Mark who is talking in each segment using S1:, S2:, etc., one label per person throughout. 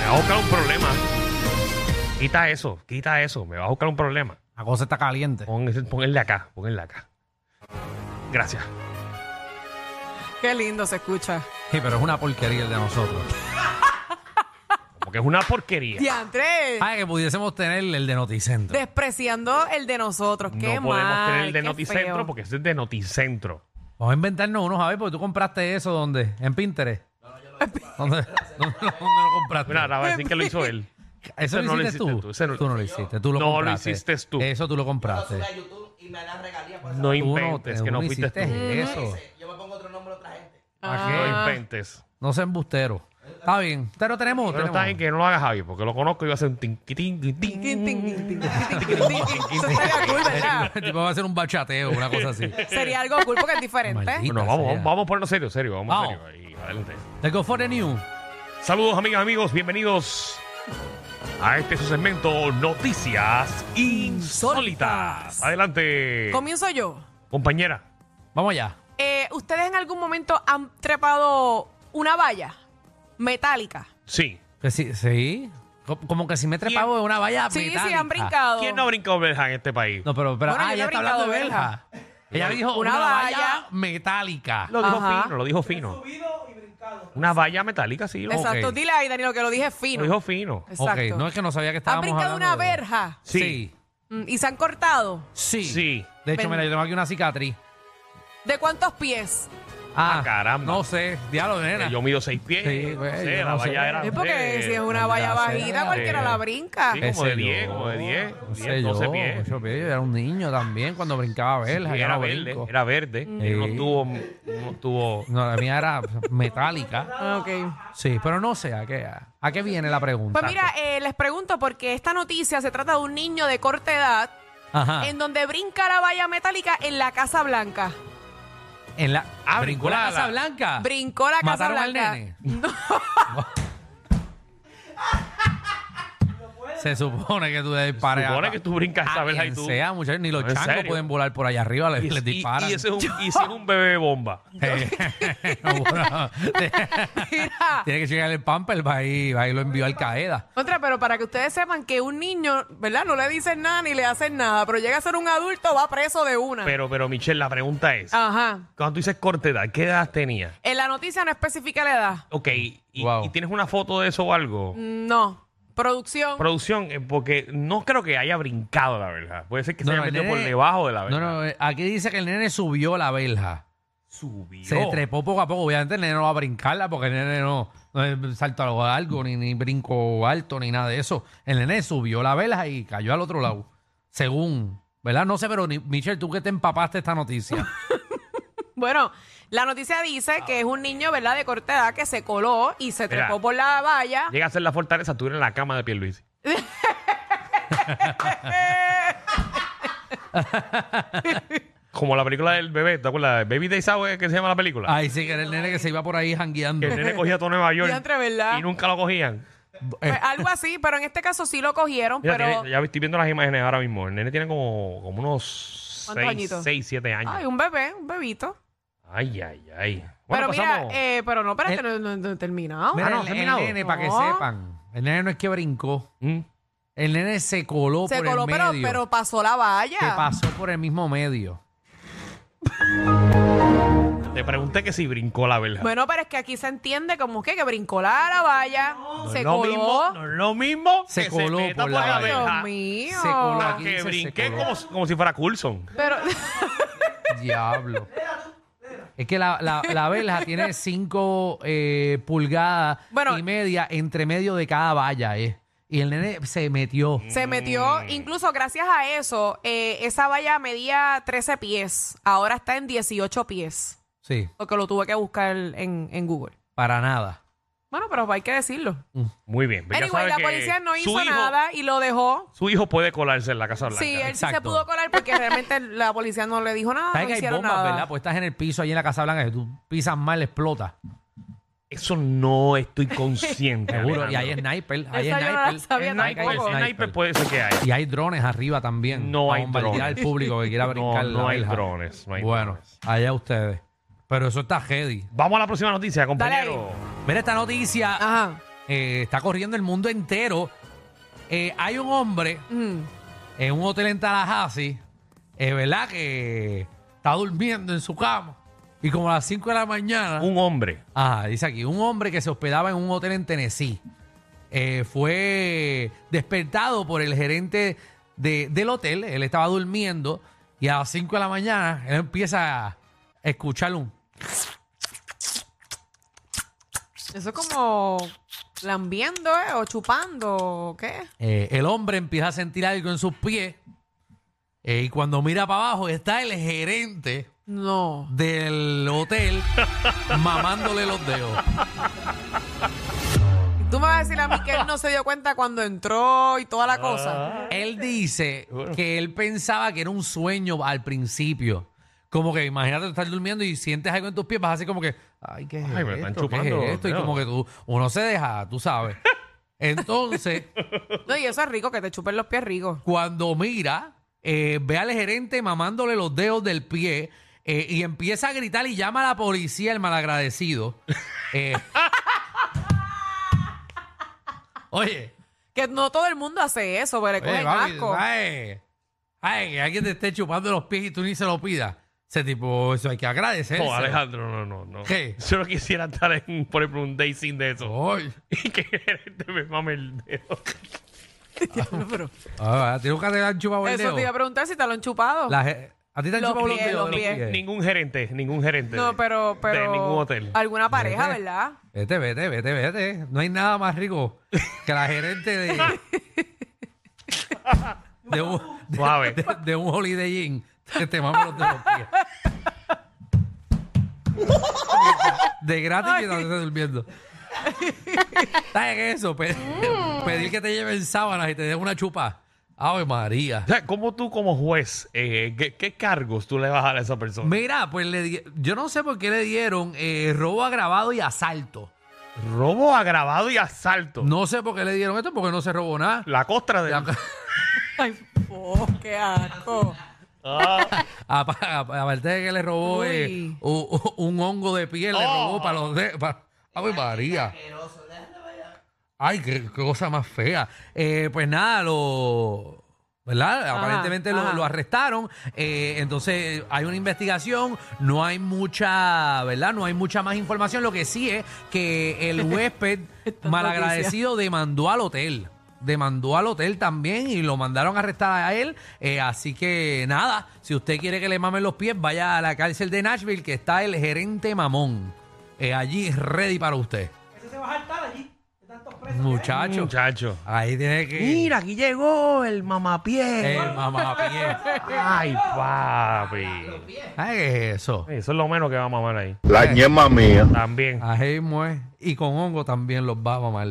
S1: Me va a buscar un problema. Quita eso, quita eso. Me va a buscar un problema.
S2: La cosa está caliente.
S1: Pon, ponle acá, ponle acá. Gracias.
S3: Qué lindo se escucha.
S2: Sí, pero es una porquería el de nosotros.
S1: Porque es una porquería.
S3: Diantre,
S2: Ah, que pudiésemos tener el de Noticentro.
S3: despreciando el de nosotros.
S1: No
S3: Qué
S1: podemos
S3: mal,
S1: tener el de
S3: qué
S1: Noticentro
S3: feo.
S1: porque ese es de Noticentro.
S2: Vamos a inventarnos uno, Javier, porque tú compraste eso ¿dónde? En Pinterest. ¿Dónde, dónde, dónde lo compraste?
S1: Mira, ahora va a decir que lo hizo él.
S2: eso
S1: ese
S2: no lo hiciste tú.
S1: ese no-
S2: Tú no lo hiciste. Tú lo
S1: No lo
S2: compraste.
S1: hiciste tú.
S2: Eso tú lo compraste.
S1: No
S2: Tú no-
S1: inventes, que
S2: tú
S1: no
S2: no
S1: fuiste
S2: hiciste
S1: tú.
S2: eso.
S3: Ah.
S2: ¿A
S1: No
S2: qué?
S1: inventes.
S2: No seas embustero. Está bien. Te lo tenemos.
S1: Pero
S2: tenemos.
S1: está bien que no lo haga Javi, porque lo conozco y va a hacer un tinquitín, tinquitín.
S3: Tin, tin, tin, tin, tin, tin, tin, tin, tin. Eso estaría cool, ¿verdad?
S2: El tipo va a hacer un bachateo, una cosa así.
S3: Sería algo cool porque es diferente.
S2: Maldito.
S1: Bueno,
S2: Quita
S1: vamos,
S2: sea.
S1: vamos, vamos a ponerlo serio, serio. Vamos,
S2: Vamos.
S1: serio. Ahí, adelante.
S2: Let's go for the new.
S1: Saludos, amigas, amigos. Bienvenidos a este su segmento Noticias Insólitas. Adelante.
S3: Comienzo yo.
S1: Compañera.
S2: Vamos allá.
S3: Eh, ¿Ustedes en algún momento han trepado una valla metálica?
S1: Sí.
S2: Que sí, sí. Co- Como que si me he trepado de una valla
S3: Sí, sí,
S2: metálica.
S3: han brincado.
S1: ¿Quién no ha brincado verja en este país?
S2: No, pero, pero
S3: Bueno,
S2: ah, ella
S3: yo no he
S2: está
S3: brincado
S2: hablando de
S3: de
S2: verja. Ella dijo una,
S3: Una
S2: valla,
S3: valla.
S2: metálica.
S1: Lo dijo
S3: Ajá.
S1: fino, lo dijo fino. Una valla metálica, sí. Lo,
S3: Exacto,
S2: Ok.
S3: dile ahí, Danilo, que lo dije
S1: lo
S3: fino.
S1: dijo fino.
S3: Exacto.
S2: ok, no es que no sabía que
S3: ¿Han
S2: estábamos
S3: brincado
S2: hablando
S3: una
S2: de-
S3: verja?
S2: Sí.
S3: Mm, ¿Y se han cortado?
S2: Sí.
S1: Sí.
S2: De hecho,
S3: Ven.
S2: mira, yo tengo aquí una cicatriz.
S3: ¿De cuántos pies?
S1: Ah, caramba.
S2: No sé. Diablo, nena.
S1: Que Yo mido seis pies.
S2: Sí,
S1: no
S2: pues,
S1: sé,
S2: yo
S1: la
S2: no
S1: valla
S2: sé.
S1: era.
S3: Es porque
S1: eh,
S3: si es una valla
S2: maldita
S3: bajita,
S2: sea.
S3: cualquiera la brinca.
S1: Sí,
S2: Qué
S1: como de
S2: sé
S1: 10,
S2: yo.
S1: como de 10,
S2: No
S1: 10,
S2: sé
S1: 12
S2: yo,
S1: pies.
S2: ocho pies. Yo era un niño también cuando brincaba verja.
S1: Sí,
S2: yo
S1: era
S2: no
S1: verde,
S2: brinco.
S1: era verde. No tuvo. No tuvo.
S2: No, la mía era metálica.
S3: Ah, ok.
S2: Sí, pero no sé a qué, a qué viene la pregunta.
S3: Pues mira, eh, les pregunto porque esta noticia se trata de un niño de corta edad
S1: Ah.
S2: Ajá.
S3: en donde brinca la valla metálica en la Casa Blanca.
S2: En la,
S1: Ah,
S2: brincó la
S1: vinculada.
S2: Casa
S1: Ah.
S2: Blanca.
S3: Brincó la Casa
S2: ¿Mataron al
S3: Blanca.
S2: nene? Se supone que tú le dispares. a-
S1: Supone que tú brincas esa
S2: a
S1: verja y
S2: quien
S1: tú-
S2: sea, muchachos. Ni los
S1: No, en
S2: changos
S1: serio.
S2: pueden volar por allá arriba, les,
S1: Y,
S2: les
S1: y- y
S2: disparan.
S1: ese es un, y ese es un bebé bomba.
S2: No, bueno,
S3: Mira,
S2: Tiene que llegar el pamper, va y, va y lo envió al Qaeda.
S3: Otra, pero para que ustedes sepan que un niño, ¿verdad? No le dicen nada ni le hacen nada, pero llega a ser un adulto, va preso de una.
S1: Pero, pero, Michelle, la pregunta es:
S3: Ah. Ajá.
S1: cuando tú dices corta edad, ¿qué edad tenía?
S3: En la noticia no especifica la edad. Mm,
S1: Ok, y,
S2: Wow.
S1: y tienes una foto de eso o algo.
S3: No. Producción.
S1: Producción, eh, porque no creo que haya brincado la verja. Puede ser que se haya
S2: el
S1: metido por
S2: nene-
S1: debajo de la verja.
S2: No, no, eh, aquí dice que el nene subió la verja.
S1: Subió.
S2: Se trepó poco a poco. Obviamente el nene no va a brincarla porque el nene no, no es salto algo algo, ni, ni brinco alto, ni nada de eso. El nene subió la verja y cayó al otro lado. Según, ¿verdad? No sé, pero ni- Michelle, tú que te empapaste esta noticia.
S3: Bueno, la noticia dice que es un niño, ¿verdad? De corta edad que se coló y se
S1: Mira.
S3: trepó por la valla.
S1: Llega a ser la fortaleza, tú eres en la cama de Pierluisi. Como la película del bebé, ¿te acuerdas? Baby Day Out, que se llama la película.
S2: Ahí sí que era el nene que se iba por ahí jangueando.
S1: Que el nene cogía todo Nueva York
S3: Diantre, ¿verdad?
S1: y nunca lo cogían.
S3: Pues, algo así, pero en este caso sí lo cogieron,
S1: Eh. Mira,
S3: pero...
S1: tiene- ya estoy viendo las imágenes ahora mismo. El nene tiene como, como unos
S3: ¿Cuántos añitos?
S1: 6, 7 años.
S3: Ay, un bebé, un bebito.
S1: Ay, ay, ay.
S3: pero
S1: Bueno, pasamos.
S3: mira, eh, pero no, espérate, no, no- no he terminado.
S2: Mira,
S1: Ah, no,
S2: el- el,
S1: terminado.
S2: nene, para que
S3: No.
S2: sepan. El nene no es que brincó.
S1: Mm.
S2: El nene se coló
S3: se
S2: por
S3: coló,
S2: el
S3: pero,
S2: medio.
S3: pero pasó la valla.
S2: que pasó por el mismo medio.
S1: Te pregunté que si brincó la verja.
S3: Bueno, pero es que aquí se entiende como que, que brincó la, la valla,
S1: No
S3: se
S1: es lo
S3: coló.
S1: mismo, no es lo mismo
S2: Se
S1: que
S2: coló
S1: meta
S2: por la
S3: Ay,
S2: valla.
S1: verja.
S3: Dios mío.
S2: Se coló aquí.
S1: Que
S2: dice se
S1: brinqué
S2: coló.
S1: como, como si fuera Coulson.
S3: Pero,
S2: Diablo. Es que la, la, la verja tiene 5 pulgadas
S3: Bueno.
S2: y media entre medio de cada valla, eh. y el nene se metió.
S3: Se metió,
S1: Mm.
S3: incluso gracias a eso, eh, esa valla medía 13 pies. Ahora está en 18 pies.
S2: Sí,
S3: Porque lo tuve que buscar en, en Google.
S2: para nada.
S3: Bueno, pero hay que decirlo.
S1: Muy bien. pues ya
S3: Anyway,
S1: sabe
S3: la
S1: que
S3: policía no
S1: su
S3: hizo
S1: hijo-
S3: nada y lo dejó.
S1: Su hijo puede colarse en la Casa Blanca.
S3: Sí, él sí se
S2: Exacto.
S3: pudo colar porque realmente la policía no le dijo nada.
S2: ¿Sabes
S3: Ah, no
S2: que hay
S3: hicieron
S2: bombas,
S3: nada.
S2: verdad? Pues estás en el piso ahí en la Casa Blanca, que tú pisas mal, explota.
S1: Eso no estoy consciente.
S2: Seguro. Y
S1: Alejandro.
S2: hay sniper, hay
S3: Esa yo no la
S2: sniper.
S3: sabía
S2: hay
S1: Sniper,
S3: tampoco.
S2: sniper.
S1: sniper puede ser que haya.
S2: Y hay drones arriba también.
S1: No
S2: para
S1: hay
S2: bombardear
S1: drones.
S2: al público que quiera
S1: No,
S2: brincar la
S1: no hay
S2: verja.
S1: drones. no hay
S2: bueno,
S1: drones.
S2: allá ustedes. Pero eso está heavy.
S1: Vamos a la próxima noticia,
S3: Dale ahí.
S1: compañero.
S2: Mira esta noticia.
S3: Ajá.
S2: eh, está corriendo el mundo entero. Eh, hay un hombre
S3: Mm.
S2: en un hotel en Tallahassee, eh, ¿verdad? Que está durmiendo en su cama. Y como a las 5 de la mañana.
S1: Un hombre.
S2: Ah, dice aquí, un hombre que se hospedaba en un hotel en Tennessee eh, fue despertado por el gerente de- del hotel, él estaba durmiendo y a las 5 de la mañana él empieza a escuchar un...
S3: Eso es como lambiendo ¿eh? o chupando o qué.
S2: eh, el hombre empieza a sentir algo en sus pies eh, y cuando mira para abajo está el gerente
S3: No.
S2: del hotel mamándole los dedos.
S3: Tú me vas a decir a mí que él no se dio cuenta cuando entró y toda la cosa.
S1: Ah.
S2: Él dice que él pensaba que era un sueño al principio. Como que imagínate estar durmiendo y sientes algo en tus pies, vas así como que, ay, ¿qué es
S1: Ay, me
S2: esto?
S1: están
S2: ¿Qué es
S1: chupando los
S2: esto? Y
S1: dedos.
S2: como que tú, uno se deja, tú sabes. Entonces,
S3: No, y eso es rico, que te chupen los pies ricos.
S2: cuando mira, eh, ve al gerente mamándole los dedos del pie eh, y empieza a gritar y llama a la policía el malagradecido. Eh, oye,
S3: Que no todo el mundo hace eso, pero le
S2: Oye,
S3: cogen
S2: papi,
S3: asco.
S2: Ay, ay, que alguien te esté chupando los pies y tú ni se lo pidas. Ese tipo, eso hay que agradecer.
S1: No, Alejandro, no, no, no.
S2: ¿Qué?
S1: Yo no quisiera estar en, por ejemplo, un day sin de eso. Y que este me mame el dedo.
S3: Pero
S2: Ah, A ti nunca te han chupado el
S3: eso
S2: dedo.
S3: te iba a preguntar si te lo han chupado.
S2: La ge- a ti te han
S3: Los
S2: chupado
S3: pies,
S2: los dedos.
S3: los
S2: de
S3: pies.
S1: Ningún gerente, ningún gerente.
S3: No,
S1: de-
S3: pero, pero.
S1: De ningún hotel.
S3: Alguna pareja,
S2: Vete.
S3: ¿verdad?
S2: Vete, vete, vete, vete. No hay nada más rico que la gerente de. de un, de-
S1: Suave.
S2: de- de un Holiday Inn. Que te mame los dedos de los pies. De gratis mientras estás durmiendo. ¿Sabes qué es eso? Pe- Pedir que te lleven sábanas y te den una chupa. Ave María.
S1: O sea, ¿cómo tú como juez, eh, ¿qué, qué cargos tú le vas a dar a esa persona?
S2: Mira, pues le di- yo no sé por qué le dieron eh, robo agravado y asalto.
S1: Robo agravado y asalto.
S2: No sé por qué le dieron esto, porque no se robó nada.
S1: La costra de...
S2: La-
S3: Ay, oh, qué asco.
S1: Ah,
S2: Apa- apa- Aparte de este que le robó
S3: Uy.
S2: eh, u- u- un hongo de piel, le
S1: Oh.
S2: robó para los de. pa- ¡Ay, María! ¡Ay, qué, qué cosa más fea! Eh, pues nada, lo. ¿Verdad? Aparentemente lo,
S3: ajá.
S2: lo arrestaron. eh, entonces hay una investigación. No hay mucha, ¿verdad? No hay mucha más información. Lo que sí es que el huésped
S3: Esta
S2: malagradecido demandó al hotel. Demandó al hotel también y lo mandaron a arrestar a él. Eh, así que nada, si usted quiere que le mamen los pies, vaya a la cárcel de Nashville que está el gerente mamón. Eh, allí ready para usted. Muchacho.
S1: muchacho.
S2: Ahí tiene que
S1: aquí llegó el mamapié.
S2: El mamapié.
S1: Ay, papi.
S2: Ay, ¿qué es eso?
S1: Eso es lo menos que va a mamar ahí.
S4: La ñema mía.
S1: También.
S2: Ahí mismo es. Y con hongo también los va a mamar.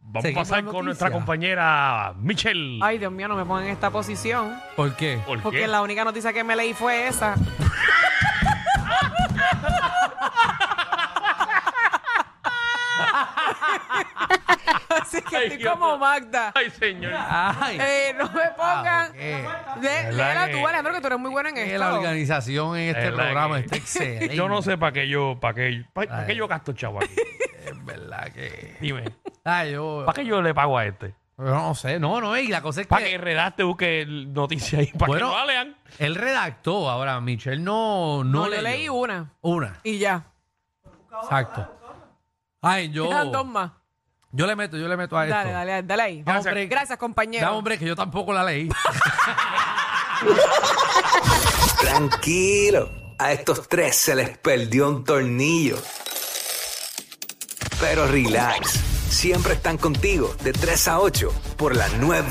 S1: Vamos a
S2: Seguimos
S1: pasar con
S2: la noticia.
S1: nuestra compañera Michelle.
S3: Ay, Dios mío, no me pongan en esta posición.
S2: ¿Por qué?
S1: ¿Por qué?
S3: Porque la única noticia que me leí fue esa. Así que
S1: Ay,
S3: estoy
S1: Dios mío.
S3: como Magda.
S1: Ay, señor.
S2: Ay,
S3: Eh, no
S2: Ah,
S3: me pongan.
S2: ¿qué?
S3: Le-
S1: ¿Verdad
S3: Léela
S1: que-
S3: tú, Alejandro, que tú eres muy bueno en
S2: que la
S3: esto.
S2: organización en este
S1: Es la
S2: programa
S1: que-
S2: está excelente.
S1: Yo no sé para qué yo, para qué, para, qué yo gasto chavo aquí.
S2: Es verdad que.
S1: Dime.
S2: Ay, yo,
S1: ¿Para qué yo le pago a este?
S2: yo no sé. No, no, y la cosa es
S1: Para
S2: que.
S1: que redacte busque noticias ahí. Para
S2: Eh. Bueno.
S1: que no la lean.
S2: Él redactó ahora, Michelle no, no,
S3: No, yo
S2: leyó.
S3: leí una
S2: Una,
S3: y ya.
S2: exacto. Ay, yo.
S3: Quedan dos más.
S2: Yo le meto, yo le meto a esto.
S3: Dale, dale, dale ahí.
S2: Dame un break.
S3: Gracias, compañero.
S2: Da, hombre, que yo tampoco la leí.
S5: Tranquilo, a estos tres se les perdió un tornillo. Pero relax, siempre están contigo de 3 a 8 por la nueva